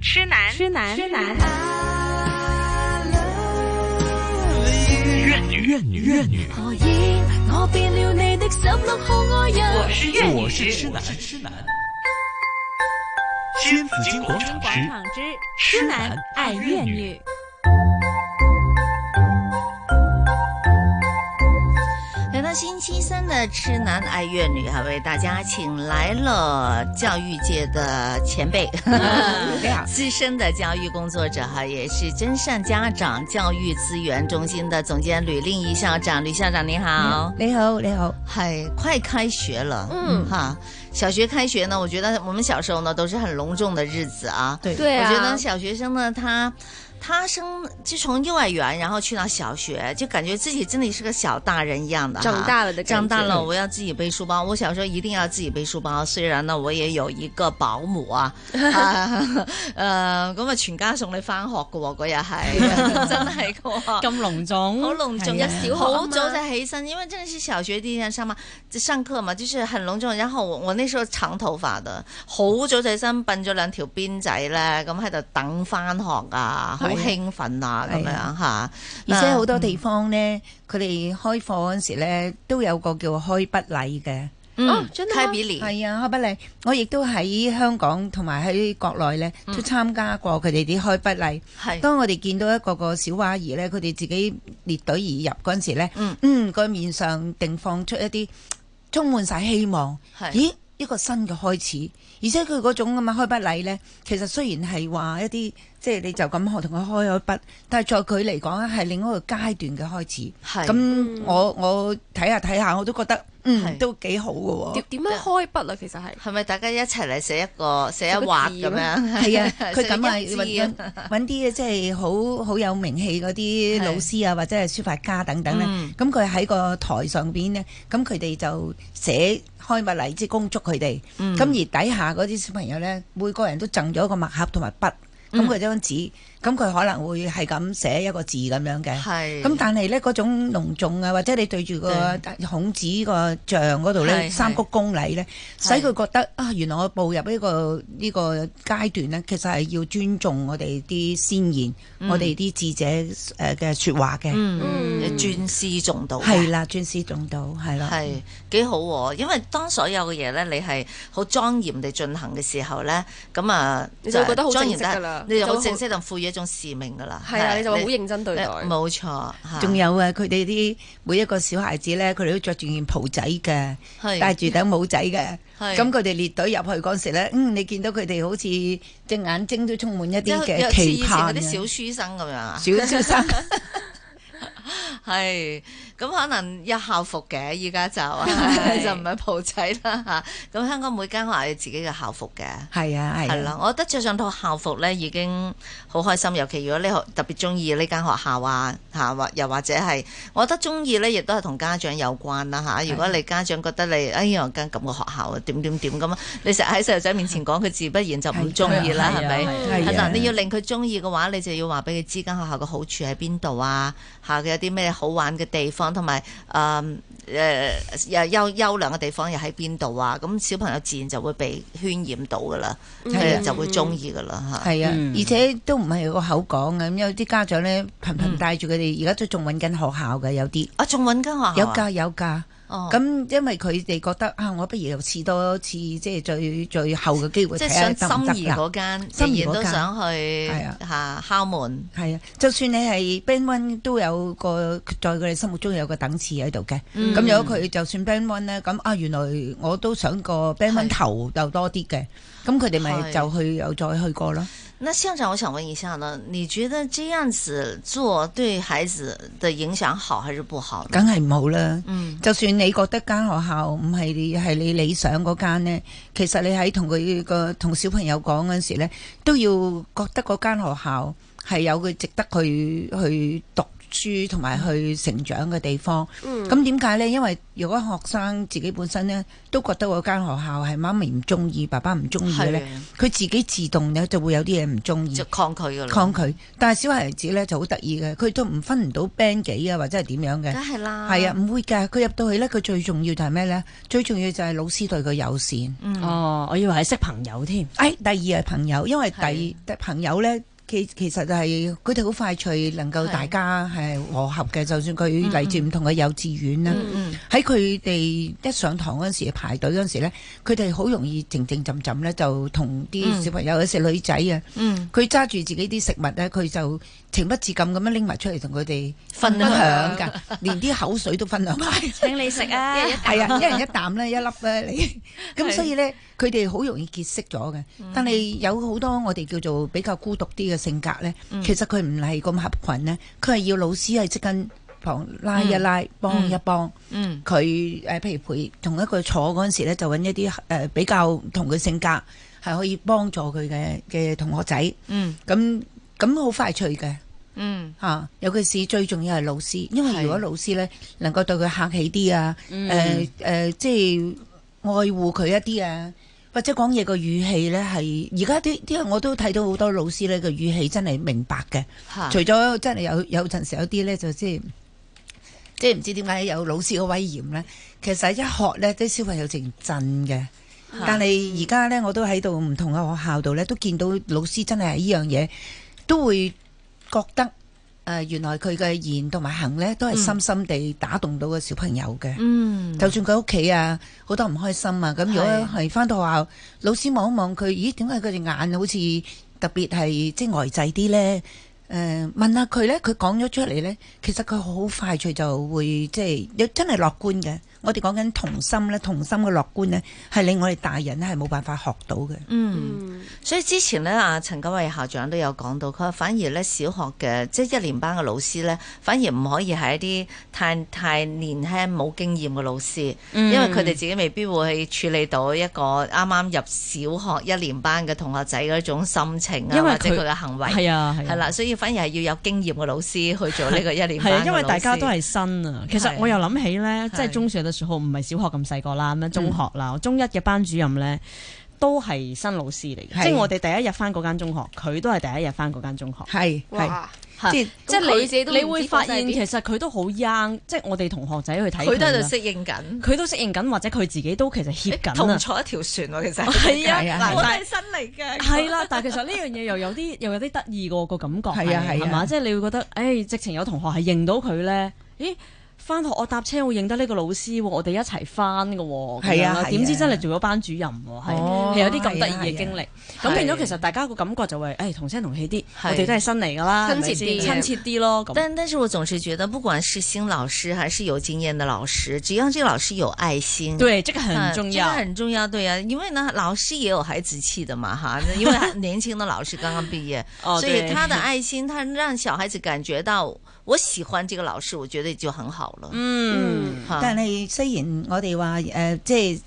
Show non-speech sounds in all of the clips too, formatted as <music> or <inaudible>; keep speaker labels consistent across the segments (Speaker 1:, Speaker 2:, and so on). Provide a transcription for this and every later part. Speaker 1: 痴男，
Speaker 2: 痴男，
Speaker 1: 痴男，
Speaker 3: 怨女，怨女，怨女。
Speaker 4: 何以我變了你的十六號愛
Speaker 1: 我
Speaker 4: 人？
Speaker 1: 是粤女，
Speaker 3: 我是痴男，痴男。新紫金广场
Speaker 2: 广
Speaker 3: 之
Speaker 2: 场之
Speaker 3: 痴
Speaker 2: 痴
Speaker 3: 男
Speaker 2: 男爱
Speaker 3: 爱
Speaker 2: 粤
Speaker 3: 粤
Speaker 2: 女
Speaker 3: 女。
Speaker 5: 来到星期三的痴男爱乐女啊，为大家请来了教育界的前辈，嗯 <laughs> 资深的教育工作者哈，也是真善家长教育资源中心的总监吕令仪校长。吕校长你好，
Speaker 6: 你好，你好，
Speaker 5: 嗨，快开学了，
Speaker 6: 嗯
Speaker 5: 哈，小学开学呢，我觉得我们小时候呢都是很隆重的日子啊，
Speaker 6: 对
Speaker 2: 对啊，
Speaker 5: 我觉得小学生呢，他他升就从幼儿园，然后去到小学，就感觉自己真的是个小大人一样的哈，
Speaker 2: 长大了的感觉
Speaker 5: 长大了，我要自己背书包。我小时候一定要自己背书包，虽然呢，我也有一個保姆啊，
Speaker 6: <laughs>
Speaker 5: 啊呃，咁啊全家送你翻學嘅喎，嗰日
Speaker 6: <laughs>
Speaker 5: 係真係嘅喎。
Speaker 6: 咁隆重，
Speaker 5: 好隆重，
Speaker 6: 係啊
Speaker 2: 小學啊嘛
Speaker 5: 好早就起身，因为真的是小学第一天上嘛，上课嘛，就是很隆重。然后我我那时候长头发的，好早就起身，鬓咗兩條辮仔咧，咁喺度等翻學啊，好
Speaker 6: 係啊
Speaker 5: 興奮啊，咁
Speaker 6: 係
Speaker 5: 樣
Speaker 6: 啊
Speaker 5: 吓。
Speaker 6: 而且好多地方咧，佢哋開課嗰陣時咧，都有個叫開筆禮嘅。
Speaker 5: 嗯
Speaker 2: 哦，真係嗎
Speaker 5: 開比利，
Speaker 6: 係啊，開筆禮，我亦都喺香港同埋喺國內咧，都參加過佢哋啲開筆禮。
Speaker 5: 係
Speaker 6: 當我哋見到一個個小娃兒咧，佢哋自己列隊而入嗰陣時咧
Speaker 5: 嗯，
Speaker 6: 嗯，個面上定放出一啲充滿晒希望。
Speaker 5: 係
Speaker 6: 咦，一個新嘅開始，而且佢嗰種咁嘅開筆禮咧，其實雖然係話一啲即係你就咁學同佢開開筆，但係在佢嚟講係另一個階段嘅開始。
Speaker 5: 係
Speaker 6: 咁我我睇下睇下，我都覺得
Speaker 5: 係
Speaker 6: 嗯都幾好嘅喎
Speaker 1: 點。點樣開筆啊？其實係
Speaker 5: 係咪大家一齊嚟寫一個寫一畫咁樣？，
Speaker 6: 係啊
Speaker 5: <laughs>
Speaker 6: 佢咁啊，
Speaker 5: 寫一支
Speaker 6: 揾揾啲即係好好有名氣嗰啲
Speaker 5: 係
Speaker 6: 老師啊，或者係書法家等等咧
Speaker 5: 嗯。
Speaker 6: 咁佢喺個台上邊咧，咁佢哋就寫開物禮，即係恭祝佢哋。
Speaker 5: 嗯
Speaker 6: 咁而底下嗰啲小朋友咧，每個人都贈咗一個墨盒同埋筆，
Speaker 5: 嗯
Speaker 6: 咁佢張紙，咁佢可能會係咁寫一個字咁樣嘅。
Speaker 5: 係
Speaker 6: 咁但係咧嗰種隆重啊，或者你對住個孔子個像嗰度
Speaker 5: 係
Speaker 6: 咧，
Speaker 5: 係
Speaker 6: 三鞠躬禮咧，
Speaker 5: 係
Speaker 6: 使佢覺得啊，原來我步入呢個呢個階段咧，其實係要尊重我哋啲先賢，我哋啲智者誒嘅説話嘅，
Speaker 5: 嗯
Speaker 1: 嗯
Speaker 5: 尊師重道嘅
Speaker 6: 係啦，尊師重道係啦，
Speaker 5: 係幾好喎、因為當所有嘅嘢咧，你係好莊嚴地進行嘅時候咧，咁啊，
Speaker 1: 你就會覺得好
Speaker 5: 莊
Speaker 1: 正
Speaker 5: 嚴
Speaker 1: 式㗎啦
Speaker 5: 你就好
Speaker 1: 就會好
Speaker 5: 正式就賦予一種使命㗎啦。
Speaker 1: 係啊，你就會好
Speaker 5: 你
Speaker 1: 認真對待。
Speaker 5: 你冇錯，嚇
Speaker 6: 仲有啊，佢哋啲每一個小孩子咧，佢哋都着住件袍仔嘅，
Speaker 5: 係
Speaker 6: 戴住頂帽仔嘅。
Speaker 5: 係
Speaker 6: 咁佢哋列隊入去嗰時咧，嗯，你見到佢哋好似隻眼睛都充滿一
Speaker 5: 即
Speaker 6: 啲
Speaker 5: 係有
Speaker 6: 嘅
Speaker 5: 似
Speaker 6: 期
Speaker 5: 以前嗰
Speaker 6: 盼啊
Speaker 5: 啲小書生咁樣啊，
Speaker 6: 小小
Speaker 5: <laughs>
Speaker 6: 生。
Speaker 5: 係咁可能有校服嘅，依家
Speaker 6: <laughs>
Speaker 5: 就就唔係袍仔啦嚇。咁香港每間學校有自己嘅校服嘅。
Speaker 6: 係啊，
Speaker 5: 係
Speaker 6: 係啊，
Speaker 5: 啦，我覺得着上套校服咧已經好開心，尤其如果你學特別中意呢間學校啊，嚇或又或者係，我覺得中意咧亦都係同家長有關啦嚇。如果你家長覺得你哎呀間咁嘅學校啊點點點咁，你成日喺細路仔面前講佢，自不然就唔中意啦，
Speaker 6: 係啊
Speaker 5: 係咪？
Speaker 6: 係啊
Speaker 5: 係嗱，你要令佢中意嘅話，你就要話俾佢知間學校嘅好處喺邊度啊，嚇佢有啲咩好玩嘅地方，同埋誒誒又優優良嘅地方又喺邊度啊？咁小朋友自然就會被渲染到噶啦，佢哋就會中意噶啦嚇。
Speaker 6: 嗯係啊，
Speaker 3: 嗯
Speaker 6: 而且都唔係個口講嘅，咁有啲家長咧頻
Speaker 5: 嗯
Speaker 6: 頻帶住佢哋，而家都仲揾緊學校嘅有啲。
Speaker 5: 啊，仲揾間學校啊
Speaker 6: 有價有價，
Speaker 5: 哦，
Speaker 6: 咁、因為佢哋覺得啊，我不如又試多次，即係最最後嘅機會
Speaker 5: 即
Speaker 6: 睇
Speaker 5: 係
Speaker 6: 下
Speaker 5: 想
Speaker 6: 得唔
Speaker 5: 心儀
Speaker 6: 得啦。
Speaker 5: 嗰間，
Speaker 6: 心
Speaker 5: 仍
Speaker 6: 儀
Speaker 5: 然
Speaker 6: 嗰
Speaker 5: 都
Speaker 6: 間
Speaker 5: 想去
Speaker 6: 係啊
Speaker 5: 嚇敲門。
Speaker 6: 係啊，就算你係 Band One 都有個在佢哋心目中有個等次喺度嘅。咁、
Speaker 5: 嗯
Speaker 6: 如果佢就算 Band One 咧，咁啊原來我都想個 Band
Speaker 5: 係
Speaker 6: One 頭就多啲嘅，咁佢哋咪
Speaker 5: 係
Speaker 6: 就去又再去過咯。
Speaker 5: 那校長，我想問一下呢，你覺得這樣子做對孩子的影響好還是不好呢？
Speaker 6: 梗係唔好啦。
Speaker 5: 嗯，
Speaker 6: 就算你覺得間學校唔係你係你理想嗰間咧，其實你喺同佢個同小朋友講嗰陣時咧，都要覺得嗰間學校係有佢值得去去讀書同埋去成長嘅地方。咁點解呢？因為如果學生自己本身呢，都覺得嗰間學校係媽咪唔中意，爸爸唔中意嘅
Speaker 5: 啊
Speaker 6: 呢，佢自己自動呢就會有啲嘢唔中意
Speaker 5: 就。嗯抗拒噶啦，
Speaker 6: 抗拒，但係小孩子咧就好得意嘅，佢都唔分唔到 band 幾啊，或者係點樣嘅
Speaker 5: 梗，係啦，
Speaker 6: 係啊，，唔會㗎。佢入到去咧，佢最重要就係咩咧？最重要就係老師對佢友善。
Speaker 5: 嗯
Speaker 1: 哦，我以為係識朋友添。
Speaker 6: 哎，第二係朋友，因為第第朋友咧，其其實就係佢哋好快脆能夠
Speaker 5: 係
Speaker 6: 大家係嗯和合嘅，就算佢嚟自唔同嘅幼稚園啦，
Speaker 5: 嗯
Speaker 6: 喺佢哋一上堂嗰陣時排隊嗰陣時咧，佢哋好容易靜靜浸浸咧，就同
Speaker 5: 嗯
Speaker 6: 啲小朋友，有時女仔啊。
Speaker 5: 嗯，
Speaker 6: 佢揸住自己啲食物咧，佢就情不自禁咁樣拎埋出嚟同佢哋
Speaker 5: 分
Speaker 6: 分
Speaker 5: 享
Speaker 6: 享㗎，連啲口水都分享埋。
Speaker 1: 請你食啊！
Speaker 6: 係 <laughs> 啊，一人一啖咧，一粒咧， <laughs> 你咁所以咧，佢哋好容易結識咗嘅。但係有好多我哋叫做比較孤獨啲嘅性格咧，其實佢唔係咁合群咧，佢係要老師係即跟旁拉一拉，幫一幫。
Speaker 5: 嗯
Speaker 6: 佢誒、呃譬如陪同一個坐嗰陣時咧，就揾一啲誒、呃比較同佢性格係可以幫助佢嘅嘅同學仔。
Speaker 5: 嗯
Speaker 6: 咁咁好快脆嘅
Speaker 5: 嗯
Speaker 6: 嚇、啊尤其是最重要係老師，因
Speaker 5: 係
Speaker 6: 為如果老師咧能夠對佢客氣啲啊，誒誒、
Speaker 1: 嗯
Speaker 6: 呃即係愛護佢一啲啊，或者講嘢個語氣咧係而家啲啲我都睇到好多老師咧個語氣真係明白嘅，
Speaker 5: 嚇
Speaker 6: 除咗真係有有陣時有啲咧就即係。即係唔知點解有老師嘅威嚴咧，其實一學咧啲小朋友成震嘅。但係而家咧，我都喺度唔同嘅學校度咧，都見到老師真係喺呢樣嘢，都會覺得誒、呃原來佢嘅言同埋行咧，都係深深地打動到個小朋友嘅。
Speaker 5: 嗯
Speaker 6: 就算佢屋企啊，好多唔開心啊，咁如果
Speaker 5: 係
Speaker 6: 係翻到學校，老師望一望佢，咦？點解佢隻眼好似特別係即係呆滯啲咧？誒、問下佢咧，佢講咗出嚟咧，其實佢好快脆就會即係有真係樂觀嘅。我哋講緊童心咧，童心嘅樂觀咧，係令我哋大人咧係冇辦法學到嘅。
Speaker 5: 嗯。所以之前咧，阿陳九偉校長都有講到，佢話反而咧小學嘅即係一年班嘅老師咧，反而唔可以係一啲太太年輕冇經驗嘅老師，因為佢哋自己未必會處理到一個啱啱入小學一年班嘅同學仔嗰種心情啊，
Speaker 1: 因為
Speaker 5: 或者
Speaker 1: 佢
Speaker 5: 佢嘅行為
Speaker 1: 係啊，係
Speaker 5: 係
Speaker 1: 啊。
Speaker 5: 啦，所以反而係要有經驗嘅老師去做呢個一年
Speaker 1: 係
Speaker 5: 班
Speaker 1: 啊，
Speaker 5: 嘅
Speaker 1: 因為大家
Speaker 5: 老師
Speaker 1: 都係新啊。其實
Speaker 5: 係
Speaker 1: 我又諗起咧，即係
Speaker 5: 係
Speaker 1: 中小嘅時候，唔係小學咁細個啦，咁樣中學啦，我中一嘅班主任咧都係新老師嚟嘅，
Speaker 6: 係
Speaker 1: 即係我哋第一日翻嗰間中學，佢都係第一日翻嗰間中學。
Speaker 6: 係係，
Speaker 2: 哇！
Speaker 6: 即係
Speaker 1: 即係
Speaker 2: 佢
Speaker 1: 你
Speaker 2: 自己都唔知
Speaker 1: 你會發現
Speaker 2: 嗰陣係邊
Speaker 1: 其實佢都好 young，即係我哋同學仔去睇
Speaker 5: 佢都
Speaker 1: 啦
Speaker 5: 喺度適應緊，
Speaker 1: 佢都適應緊，或者佢自己都其實協
Speaker 5: 誒
Speaker 1: 緊
Speaker 5: 同
Speaker 1: 啊。
Speaker 5: 坐一條船喎，其實
Speaker 1: <laughs> 係
Speaker 5: <laughs>
Speaker 6: 係啊
Speaker 1: 啊，
Speaker 6: 係
Speaker 1: 嗱
Speaker 5: 我
Speaker 1: 但
Speaker 5: 係新嚟嘅，
Speaker 1: 係啊啦，但係其實呢樣嘢又有啲 <laughs> 又有啲得意個個感覺
Speaker 6: 係啊係
Speaker 1: 係
Speaker 6: 啊
Speaker 1: 嘛？即係你會覺得，誒，直情有同學係認到佢咧，咦？翻學我搭車會認得呢個老師喎，我哋一齊翻嘅喎，咁
Speaker 6: 係
Speaker 1: 樣
Speaker 6: 啊
Speaker 1: 啦
Speaker 6: 係啊
Speaker 1: 點知真係做咗班主任喎，係
Speaker 6: 哦
Speaker 1: 係有啲咁得意嘅經歷。
Speaker 5: 係
Speaker 1: 咁
Speaker 5: 啊
Speaker 1: 變咗其實大家個感覺就會，誒同聲同氣啲，
Speaker 5: 係
Speaker 1: 我哋都係新嚟㗎啦，係咪
Speaker 2: 親切啲
Speaker 1: 先親切啲咯。咁
Speaker 5: 但但是我总是觉得，不管是新老师还是有经验的老师，只要这个老师有爱心，
Speaker 1: 對，即係
Speaker 5: 嗯，
Speaker 1: 很重
Speaker 5: 真的
Speaker 1: 要。
Speaker 5: 很重要，对呀、因为呢，老师也有孩子气的嘛，哈， <laughs> 那因为他年轻的老师刚刚毕业，
Speaker 1: <laughs> 哦
Speaker 5: 所以
Speaker 1: 對
Speaker 5: 他的爱心，他让小孩子感觉到我喜欢这个老师，我觉得就很好了。
Speaker 1: 嗯，
Speaker 5: 哈
Speaker 6: 但係雖然我哋話誒，即係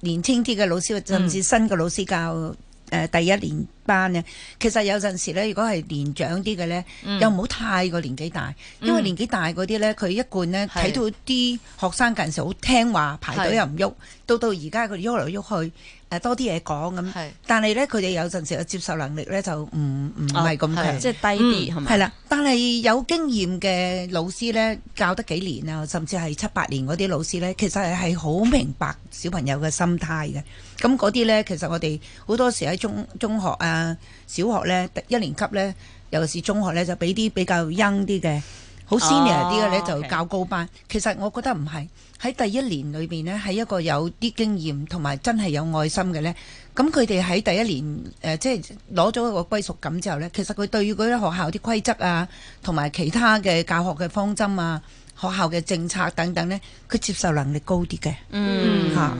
Speaker 6: 年青啲嘅老師，甚至新嘅老師教
Speaker 5: 嗯
Speaker 6: 誒、呃第一年班咧，其實有陣時咧，如果係年長啲嘅咧，
Speaker 5: 嗯
Speaker 6: 又唔好太過年紀大，因為年紀大嗰啲咧，佢一貫咧
Speaker 5: 係
Speaker 6: 睇到啲學生近時好聽話，排隊又唔喐，到到而家佢哋喐嚟喐去，誒多啲嘢講咁。
Speaker 5: 係
Speaker 6: 但係咧，佢哋有陣時嘅接受能力咧就唔唔係咁
Speaker 5: 哦係
Speaker 6: 強。
Speaker 1: 即係低啲係咪？
Speaker 6: 係啦，但係有經驗嘅老師咧，教得幾年啊，甚至係七八年嗰啲老師咧，其實係係好明白小朋友嘅心態嘅。咁嗰啲咧，其實我哋好多時喺中中學啊、小學咧，一年級咧，尤其是中學咧，就俾啲比較 young 啲嘅。好 senior 啲嘅咧
Speaker 1: 哦
Speaker 6: 就
Speaker 1: OK
Speaker 6: 教高班其實我覺得唔係喺第一年裏邊呢，係一個有啲經驗同埋真係有愛心嘅咧。咁佢哋喺第一年誒、呃即係攞咗一個歸屬感之後咧，其實佢對於嗰啲學校啲規則啊，同埋其他嘅教學嘅方針啊、學校嘅政策等等咧，佢接受能力高啲嘅
Speaker 1: 嗯，
Speaker 6: 嚇。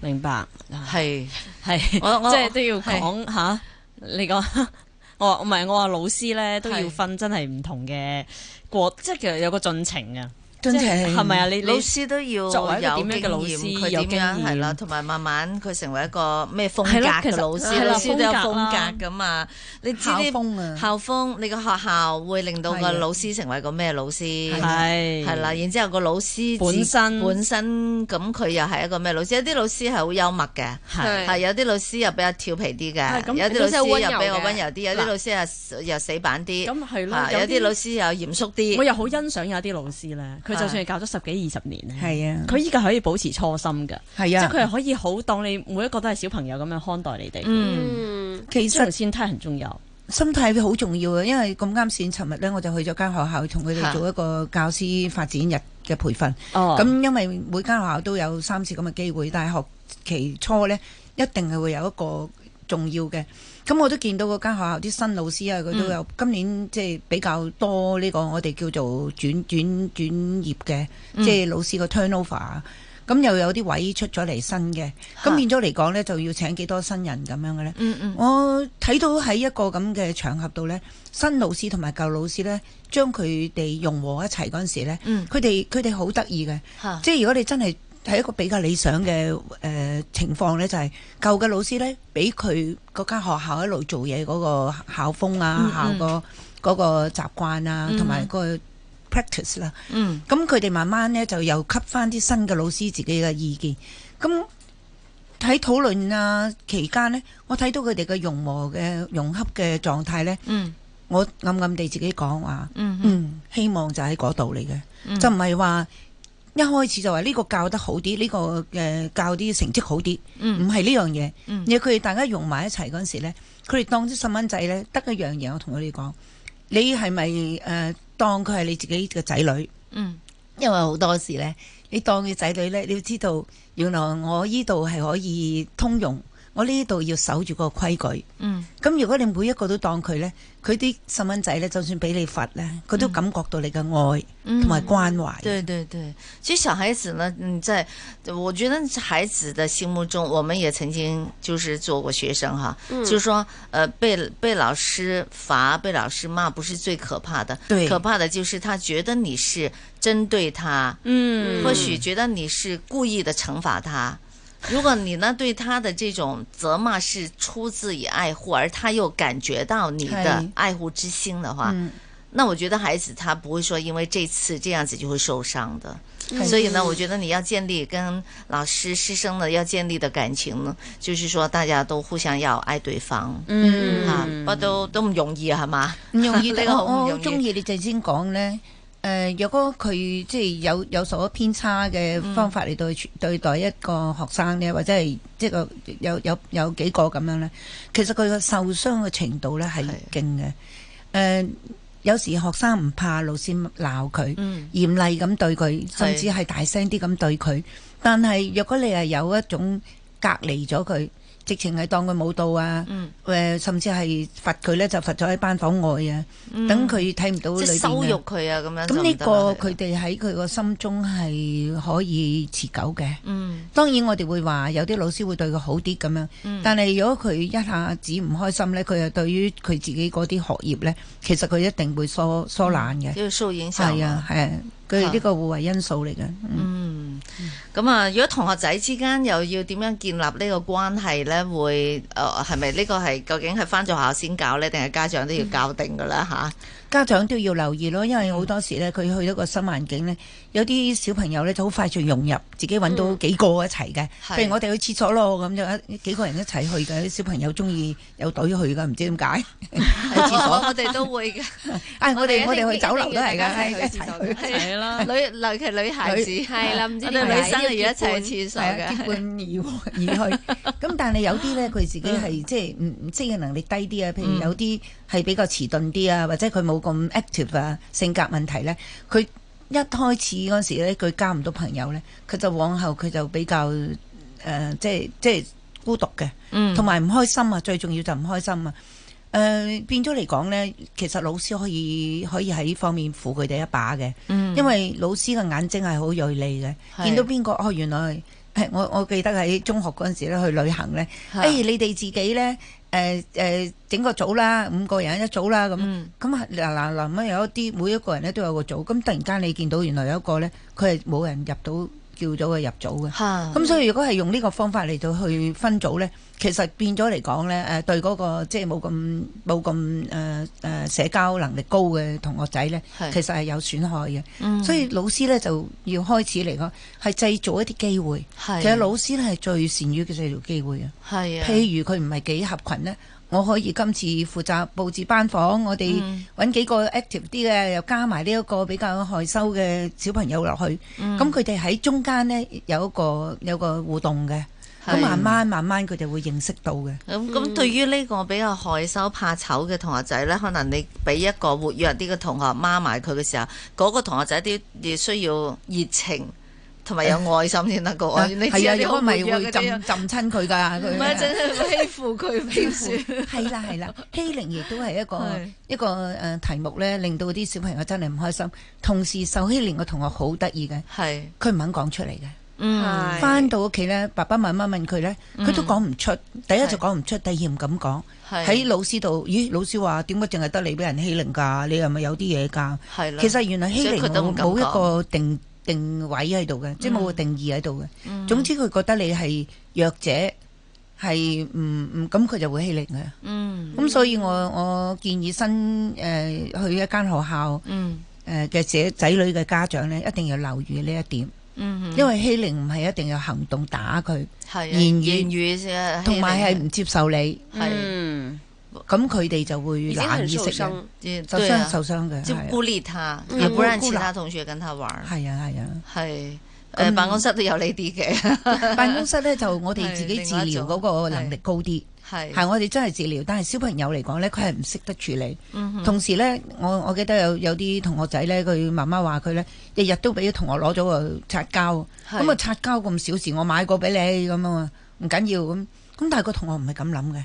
Speaker 1: 明白。
Speaker 5: 係
Speaker 1: 係，
Speaker 5: 我我
Speaker 1: 即係都要講吓，你講我話唔係我話老師咧都要
Speaker 5: 係
Speaker 1: 分真係唔同嘅過，即係其實有個進程啊。
Speaker 6: 真
Speaker 1: 即
Speaker 6: 係
Speaker 1: 係咪啊？你你
Speaker 5: 老師都要
Speaker 1: 作為一個
Speaker 5: 有
Speaker 1: 點樣嘅老師
Speaker 5: 經驗佢
Speaker 1: 有
Speaker 5: 點樣
Speaker 1: 經驗
Speaker 5: 係啦，同埋慢慢佢成為一個咩風
Speaker 1: 係咯
Speaker 5: 格
Speaker 1: 其
Speaker 5: 嘅
Speaker 1: 實
Speaker 5: 老師，
Speaker 1: 係啦
Speaker 5: 老師都有
Speaker 1: 風格啦
Speaker 5: 風格噶嘛。你知
Speaker 6: 校
Speaker 5: 啲
Speaker 6: 風啊
Speaker 5: 校風，你個學校會令到
Speaker 6: 係
Speaker 5: 個
Speaker 6: 啊
Speaker 5: 老師成為個咩老師？
Speaker 1: 係
Speaker 5: 係啦，然之後個老師自
Speaker 1: 本身
Speaker 5: 本身咁佢又係一個咩老師？有啲老師係好幽默嘅，
Speaker 1: 係
Speaker 5: 係有啲老師又比較調皮啲
Speaker 2: 係
Speaker 5: 嘅，
Speaker 2: 咁
Speaker 5: 有啲老師又比較
Speaker 2: 有啲係溫
Speaker 5: 温
Speaker 2: 柔嘅
Speaker 5: 柔啲，有啲老師又又死板啲，
Speaker 1: 咁係咯
Speaker 5: 嚇有
Speaker 1: 有
Speaker 5: 啲
Speaker 1: 啲
Speaker 5: 老師又嚴肅啲
Speaker 1: 我。又好欣賞有啲老師咧，佢就算係教咗十幾二十年咧，
Speaker 6: 係啊
Speaker 1: 佢依家可以保持初心㗎，
Speaker 6: 係
Speaker 1: 即
Speaker 6: 啊
Speaker 1: 係佢係可以好當你每一個都係小朋友咁樣看待你哋。
Speaker 5: 嗯。
Speaker 2: 嗯，
Speaker 6: 其
Speaker 1: 呢
Speaker 6: 實
Speaker 1: 種先睇人仲有，
Speaker 6: 心態好重要啊，因為咁啱先，尋日咧我就去咗間學校同佢哋
Speaker 5: 嚇
Speaker 6: 做一個教師發展日嘅培訓。
Speaker 1: 哦
Speaker 6: 咁因為每間學校都有三次咁嘅機會，但係學期初呢，一定係會有一個重要嘅。咁我都見到嗰間學校啲新老師啊，佢
Speaker 5: 嗯
Speaker 6: 都有、今年即係比較多呢個我哋叫做轉轉轉業嘅，
Speaker 5: 嗯
Speaker 6: 即係老師個 turnover 啊。咁又有啲位出咗嚟新嘅，咁
Speaker 5: 嚇
Speaker 6: 變咗嚟講呢，就要請幾多新人咁樣嘅呢。
Speaker 5: 嗯嗯
Speaker 6: 我睇到喺一個咁嘅場合度呢，新老師同埋舊老師呢，將佢哋融和一齊嗰陣時呢，
Speaker 5: 嗯
Speaker 6: 佢哋佢哋好得意嘅。
Speaker 5: 嚇
Speaker 1: 嗯
Speaker 6: 即係如果你真係係一個比較理想嘅誒、呃情況咧，就係、舊嘅老師咧，俾佢嗰間學校一路做嘢嗰個校風啊、
Speaker 5: 嗯嗯
Speaker 6: 校個嗰個習慣啊，
Speaker 5: 嗯
Speaker 6: 同埋、個 practice 啦、
Speaker 5: 嗯
Speaker 6: 咁佢哋慢慢咧就又吸翻啲新嘅老師自己嘅意見。咁喺討論啊期間咧，我睇到佢哋嘅融和嘅呃融洽嘅狀態咧，
Speaker 5: 嗯
Speaker 6: 我暗暗地自己講話。
Speaker 5: 嗯
Speaker 6: 嗯，希望就喺嗰度嚟嘅，
Speaker 5: 嗯
Speaker 6: 就唔係話一開始就話呢個教得好啲，呢、個呃教啲成績好啲，唔
Speaker 5: 嗯
Speaker 6: 係呢樣嘢。
Speaker 5: 嗯
Speaker 6: 而係佢哋大家用埋一齊嗰陣時咧，佢哋當啲細蚊仔咧得一樣嘢，我同佢哋講，你係咪誒當佢係你自己嘅仔女？
Speaker 5: 嗯
Speaker 6: 因為好多時咧，你當佢仔女咧，你要知道原來我依度係可以通用，我呢度要守住個規矩。
Speaker 5: 嗯
Speaker 6: 咁如果你每一個都當佢呢，佢啲細蚊仔呢，就算俾你罰呢，佢都感覺到你嘅愛
Speaker 5: 嗯
Speaker 6: 同埋關懷。
Speaker 5: 对对对，其实小孩子呢，嗯，在我觉得孩子的心目中，我们也曾经就是做过学生哈，就是说，呃，被被老师罚、被老师骂不是最可怕的，
Speaker 6: 对
Speaker 5: 可怕的就是他觉得你是针对他，
Speaker 1: 嗯
Speaker 5: 或许觉得你是故意的惩罚他。如果你呢对他的这种责骂是出自于爱护，而他又感觉到你的
Speaker 6: 是
Speaker 5: 爱护之心的话，
Speaker 6: 嗯，
Speaker 5: 那我觉得孩子他不会说因为这次这样子就会受伤的。
Speaker 6: 嗯
Speaker 5: 所以呢，我觉得你要建立跟老师、师生呢要建立的感情呢，就是说大家都互相要爱对方。
Speaker 1: 嗯
Speaker 5: 啊，不過都都唔容易啊，係嘛？
Speaker 6: 唔容 <laughs> 易，
Speaker 5: 呢
Speaker 6: 但
Speaker 5: 個好
Speaker 6: 我
Speaker 5: 唔
Speaker 6: 我
Speaker 5: 容
Speaker 6: 好
Speaker 5: 易
Speaker 6: 中意你頭先講呢。誒、若果佢即係有有所偏差嘅方法嚟對處對待一個學生呢，或者係即係個有有有幾個咁樣呢，其實佢個受傷嘅程度呢係
Speaker 5: 係
Speaker 6: 勁嘅。誒、有時學生唔怕老師鬧佢，
Speaker 5: 嗯
Speaker 6: 嚴厲咁對佢，甚至係大聲啲咁對佢。但係若果你係有一種隔離咗佢，直情係當佢冇到啊，
Speaker 5: 嗯，
Speaker 6: 誒、甚至係罰佢咧，就罰咗喺班房外啊，等佢睇唔到裏
Speaker 5: 嗯即係
Speaker 6: 邊
Speaker 5: 羞
Speaker 6: 啊
Speaker 5: 辱佢啊，咁樣就
Speaker 6: 咁
Speaker 5: 唔
Speaker 6: 呢
Speaker 5: 得
Speaker 6: 個
Speaker 5: 啦
Speaker 6: 佢哋喺佢個心中係可以持久嘅。
Speaker 5: 嗯
Speaker 6: 當然我哋會話有啲老師會對佢好啲咁樣，
Speaker 5: 嗯
Speaker 6: 但係如果佢一下子唔開心咧，佢又對於佢自己嗰啲學業咧，其實佢一定會疏疏懶嘅。
Speaker 5: 要嗯受影響
Speaker 6: 係啊，係啊佢呢個互為因素嚟嘅。嗯
Speaker 5: 嗯，咁啊，如果同學仔之間又要點樣建立呢個關係咧，會誒係咪呢個係究竟係翻咗學校先搞咧，定係家長都要教定噶啦吓，
Speaker 6: 家長都要留意咯，因
Speaker 2: 嗯
Speaker 6: 為好多時咧，佢去到個新環境咧，有啲小朋友咧就好快就融入，自己揾
Speaker 2: 嗯
Speaker 6: 到幾個一齊嘅。
Speaker 5: 係
Speaker 6: 譬如我哋去廁所咯，咁就一幾個人一齊去嘅，啲小朋友中意有隊去㗎，唔知
Speaker 2: <laughs>
Speaker 6: 點解去廁所。
Speaker 5: 哦我哋都
Speaker 6: <laughs>
Speaker 5: 會嘅，
Speaker 6: 唉，我哋
Speaker 2: 我哋
Speaker 6: 我
Speaker 2: 一定
Speaker 6: 哋去酒樓都係㗎，
Speaker 2: 一定
Speaker 6: 係
Speaker 2: 一定要去廁所嘅
Speaker 5: 係
Speaker 1: 係啦，
Speaker 5: 女尤其女孩子
Speaker 2: 系啦，唔知
Speaker 5: 我
Speaker 2: 點解
Speaker 5: 哋女生係要一齊
Speaker 2: 結
Speaker 5: 去廁所
Speaker 6: 係啊，結
Speaker 5: 嘅，
Speaker 6: 伴 <laughs> 而而去。咁但係有啲咧，佢自己
Speaker 5: 嗯
Speaker 6: 係即係唔唔適應能力低啲啊。譬如有啲係比較遲鈍啲啊，或者佢冇咁 active 啊，性格問題咧，佢一開始嗰陣時咧，佢交唔到朋友咧，佢就往後佢就比較誒、呃即係即係孤獨嘅。
Speaker 5: 嗯
Speaker 6: 同埋唔開心啊，最重要就唔開心啊。誒、變咗嚟講呢，其實老師可以可以喺呢方面扶佢哋一把嘅，
Speaker 5: 嗯
Speaker 6: 因為老師嘅眼睛係好鋭利嘅，
Speaker 5: 係
Speaker 6: 見到邊個哦， <laughs> 原來係我我記得喺中學嗰陣時咧去旅行呢，誒、
Speaker 5: 嚇
Speaker 6: 你哋自己呢，誒、誒誒整個組啦，五個人一組啦咁。
Speaker 5: 嗯
Speaker 6: 咁啊嗱嗱臨啊有一啲每一個人咧都有個組，咁突然間你見到原來有一個咧，佢係冇人入到叫咗佢入組嘅。
Speaker 5: 吓
Speaker 6: 咁所以如果係用呢個方法嚟到去分組咧，其實變咗嚟講咧，誒對嗰、個即係冇咁冇咁誒誒社交能力高嘅同學仔咧，
Speaker 5: 係
Speaker 6: 其實係有損害嘅。
Speaker 5: 咁
Speaker 6: 所以老師咧就要開始嚟講係製造一啲機會。
Speaker 5: 係啊
Speaker 6: 其實老師咧係最善於嘅製造機會嘅。
Speaker 5: 係啊，
Speaker 6: 譬如佢唔係幾合群咧，我可以今次負責佈置班房，
Speaker 5: 嗯
Speaker 6: 我哋揾幾個 active 啲嘅，又加埋呢一個比較害羞嘅小朋友落去，
Speaker 5: 嗯
Speaker 6: 咁佢哋喺中間咧有一個有個互動嘅，
Speaker 5: 係
Speaker 6: 咁慢嗯慢慢慢佢哋會認識到嘅。
Speaker 5: 咁咁對於呢個比較害羞怕醜嘅同學仔咧，可能你俾一個活躍啲嘅同學孖埋佢嘅時候，嗰、個同學仔啲亦需要熱情同埋有愛心先得個。
Speaker 6: 啊
Speaker 5: 你知
Speaker 6: 係
Speaker 5: 啊，
Speaker 6: 啊，
Speaker 5: 你
Speaker 6: 如
Speaker 5: 好
Speaker 6: 果
Speaker 5: 活
Speaker 6: 咪
Speaker 5: 躍
Speaker 6: 會
Speaker 5: 嗰
Speaker 6: 浸
Speaker 5: 啲
Speaker 6: 浸
Speaker 5: 啊
Speaker 6: 親佢㗎。
Speaker 5: 唔
Speaker 6: 佢啊
Speaker 5: 係真係欺負佢偏
Speaker 6: <laughs> 係啦係啦，欺凌亦都係一個
Speaker 5: 係
Speaker 6: 一個誒題目咧，令到啲小朋友真係唔開心。同時受欺凌嘅同學好得意嘅，
Speaker 5: 係
Speaker 6: 佢唔肯講出嚟嘅。
Speaker 5: 嗯
Speaker 1: 係
Speaker 6: 翻到屋企咧，爸爸媽媽問佢咧，佢都講唔出。第一就講唔出，第二唔敢講。
Speaker 5: 係
Speaker 6: 喺老師度，咦？老師話點解淨係得你俾人欺凌㗎？你係咪有啲嘢㗎？
Speaker 5: 係啦，
Speaker 6: 其實原來欺凌
Speaker 5: 所以佢都唔
Speaker 6: 冇
Speaker 5: 敢嗯
Speaker 6: 冇一個定定位喺度嘅，即係冇個定義喺度嘅。總之佢覺得你係弱者，係唔唔咁佢就會欺凌嘅。
Speaker 5: 嗯
Speaker 6: 咁所以我我建議新誒、呃去一間學校
Speaker 5: 嗯
Speaker 6: 誒嘅仔仔女嘅家長咧，一定要留意呢一點。
Speaker 5: 嗯，
Speaker 6: 因為欺凌唔係一定要行動打佢，
Speaker 5: 係啊
Speaker 6: 言語
Speaker 5: 言語先
Speaker 6: 同埋係唔接受你，
Speaker 5: 係
Speaker 1: 嗯，
Speaker 6: 咁佢哋就會
Speaker 2: 已经
Speaker 6: 難
Speaker 2: 很
Speaker 6: 以
Speaker 2: 受
Speaker 6: 適
Speaker 2: 伤
Speaker 6: 應，，受
Speaker 5: 對
Speaker 6: 傷
Speaker 5: 啊，
Speaker 6: 受傷嘅，
Speaker 5: 就
Speaker 6: 係
Speaker 5: 孤立他，
Speaker 2: 嗯
Speaker 5: 也不讓
Speaker 6: 孤
Speaker 5: 其
Speaker 6: 立
Speaker 5: 他同學跟他玩
Speaker 6: 啊
Speaker 5: 兒。
Speaker 6: 係啊係啊。
Speaker 5: 係誒辦公室都有呢啲 <laughs> 嘅，
Speaker 6: 辦公室咧就我哋
Speaker 5: 係
Speaker 6: 自己
Speaker 5: 另
Speaker 6: 治
Speaker 5: 外一
Speaker 6: 療
Speaker 5: 種
Speaker 6: 嗰個能力高啲，
Speaker 5: 係
Speaker 6: 係我哋真係治療，但係小朋友嚟講咧，佢係唔識得處理。
Speaker 5: 嗯哼
Speaker 6: 同時咧，我我記得有有啲同學仔咧，佢媽媽話佢咧，日日都俾啲同學攞咗個擦膠，
Speaker 5: 係
Speaker 6: 咁啊擦膠咁小事，我買過俾你咁啊，唔緊要咁。咁但係個同學唔係咁諗嘅，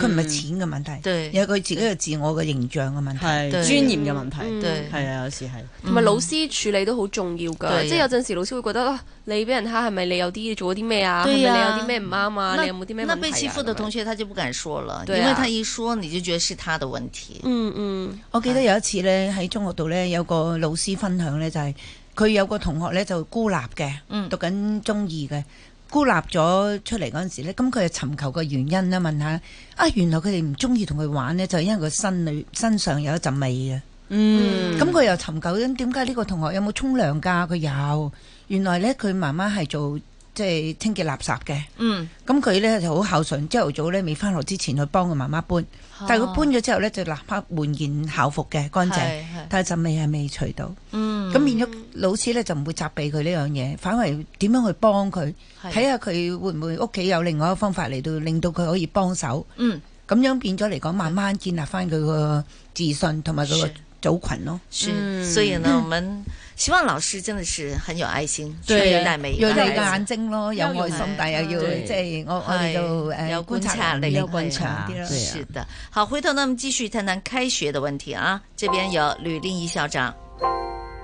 Speaker 6: 佢唔係錢嘅問題。
Speaker 5: 嗯對
Speaker 6: 有佢自己嘅自我嘅形象嘅問題。
Speaker 1: 係
Speaker 5: 對
Speaker 1: 尊嚴嘅問題，
Speaker 5: 對
Speaker 1: 係啊，有時係
Speaker 2: 同埋老師處理都好重要㗎，
Speaker 5: 嗯對啊
Speaker 2: 即係有陣時老師會覺得啊，你俾人蝦係咪你有啲做咗啲咩啊？係咪
Speaker 5: 對
Speaker 2: 你有
Speaker 5: 啊
Speaker 2: 啲咩唔啱啊？你有冇啲咩問題
Speaker 5: 那
Speaker 2: 啊
Speaker 5: 被欺負的同
Speaker 2: 咁樣
Speaker 5: 學他就不敢說了，因
Speaker 2: 對啊
Speaker 5: 為他一說你就覺得是他的問題。
Speaker 2: 嗯嗯，
Speaker 6: 我記得有一次咧喺中學度咧有個老師分享咧就係、佢有個同學咧就孤立嘅，
Speaker 5: 嗯
Speaker 6: 讀緊中二嘅。孤立咗出嚟嗰陣時咧，咁佢就尋求個原因啦，問下啊，原來佢哋唔中意同佢玩咧，就係因為佢身裏身上有一陣味啊嘅。
Speaker 1: 嗯
Speaker 6: 咁佢又尋求咁點解呢個同學有冇沖涼㗎？佢有，原來咧佢媽媽係做即係清潔垃圾嘅。
Speaker 5: 嗯，
Speaker 6: 咁佢咧就好孝順，朝頭早咧未翻學之前去幫佢媽媽搬，
Speaker 5: 哦嗯
Speaker 6: 但係佢搬咗之後咧就立刻換件校服嘅乾淨，
Speaker 5: 係係
Speaker 6: 但係陣味係未除到。
Speaker 5: 嗯
Speaker 6: 咁變咗老師咧就唔會責備佢呢樣嘢，反為點樣去幫佢，
Speaker 5: 係
Speaker 6: 睇下佢會唔會屋企有另外一個方法嚟到令到佢可以幫手。
Speaker 5: 嗯，
Speaker 6: 咁樣變咗嚟講，慢慢建立翻佢個自信同埋佢
Speaker 5: 是
Speaker 6: 個組群咯。
Speaker 5: 是，
Speaker 1: 嗯
Speaker 5: 所以呢，我們希望老師真的是很有愛心，去
Speaker 1: 對
Speaker 5: 對待每一
Speaker 6: 要
Speaker 5: 個
Speaker 6: 你嘅
Speaker 5: 孩
Speaker 6: 眼
Speaker 5: 子。
Speaker 6: 睛咯，有愛心
Speaker 5: 要用，
Speaker 6: 但係又要
Speaker 1: 對
Speaker 6: 即係我我哋就
Speaker 5: 係有
Speaker 6: 誒
Speaker 5: 觀
Speaker 6: 觀
Speaker 5: 察
Speaker 6: 察
Speaker 5: 力
Speaker 1: 有觀察
Speaker 6: 啲咯
Speaker 1: 對啊
Speaker 5: 是的，好，回头呢，我们继续谈谈开学的问题啊。这边有吕令一校长，